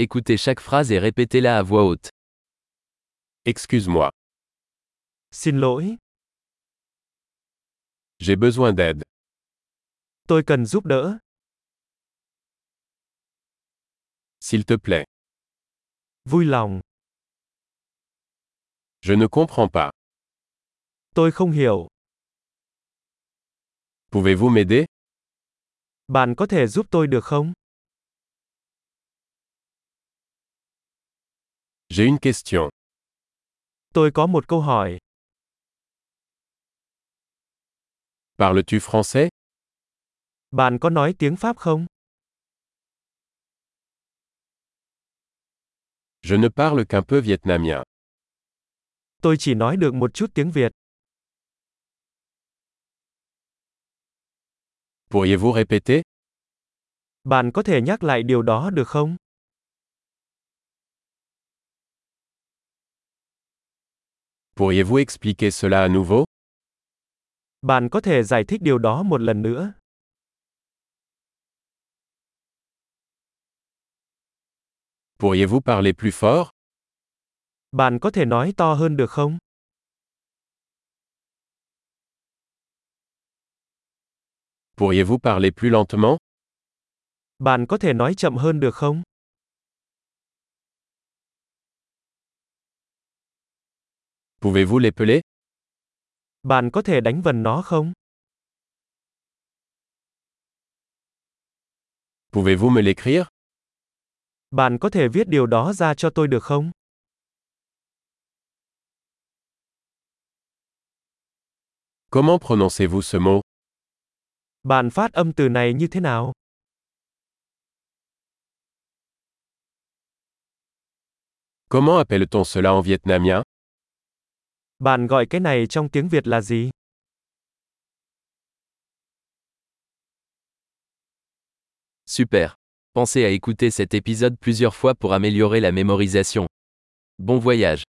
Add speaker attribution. Speaker 1: Écoutez chaque phrase et répétez-la à voix haute.
Speaker 2: Excuse-moi,
Speaker 3: Xin lỗi,
Speaker 2: j'ai besoin d'aide.
Speaker 3: tôi cần giúp đỡ,
Speaker 2: S'il te plaît,
Speaker 3: vui lòng,
Speaker 2: je ne comprends pas.
Speaker 3: tôi không hiểu,
Speaker 2: Pouvez-vous m'aider
Speaker 3: bạn có thể giúp tôi được không?
Speaker 2: J'ai une question.
Speaker 3: Tôi có một câu hỏi,
Speaker 2: Parles-tu français
Speaker 3: bạn có nói tiếng Pháp không?
Speaker 2: Je ne parle qu'un peu vietnamien.
Speaker 3: Tôi chỉ nói được một chút tiếng Việt,
Speaker 2: Pourriez-vous répéter
Speaker 3: bạn có thể nhắc lại điều đó được không?
Speaker 2: Pourriez-vous expliquer cela à nouveau
Speaker 3: Bạn có thể giải thích điều đó một lần nữa,
Speaker 2: Pourriez-vous parler plus fort
Speaker 3: bạn có thể nói to hơn được không?
Speaker 2: Pourriez-vous parler plus lentement
Speaker 3: Bạn có thể nói chậm hơn được không?
Speaker 2: Pouvez-vous l'épeler
Speaker 3: Bạn có thể đánh vần nó không?
Speaker 2: Pouvez-vous me l'écrire
Speaker 3: Bạn có thể viết điều đó ra cho tôi được không?
Speaker 2: Comment prononcez-vous ce mot
Speaker 3: Bạn phát âm từ này như thế nào?
Speaker 2: Comment appelle-t-on cela en vietnamien
Speaker 3: Bạn gọi cái này trong tiếng Việt là gì?
Speaker 1: Super. Pensez à écouter cet épisode plusieurs fois pour améliorer la mémorisation. Bon voyage.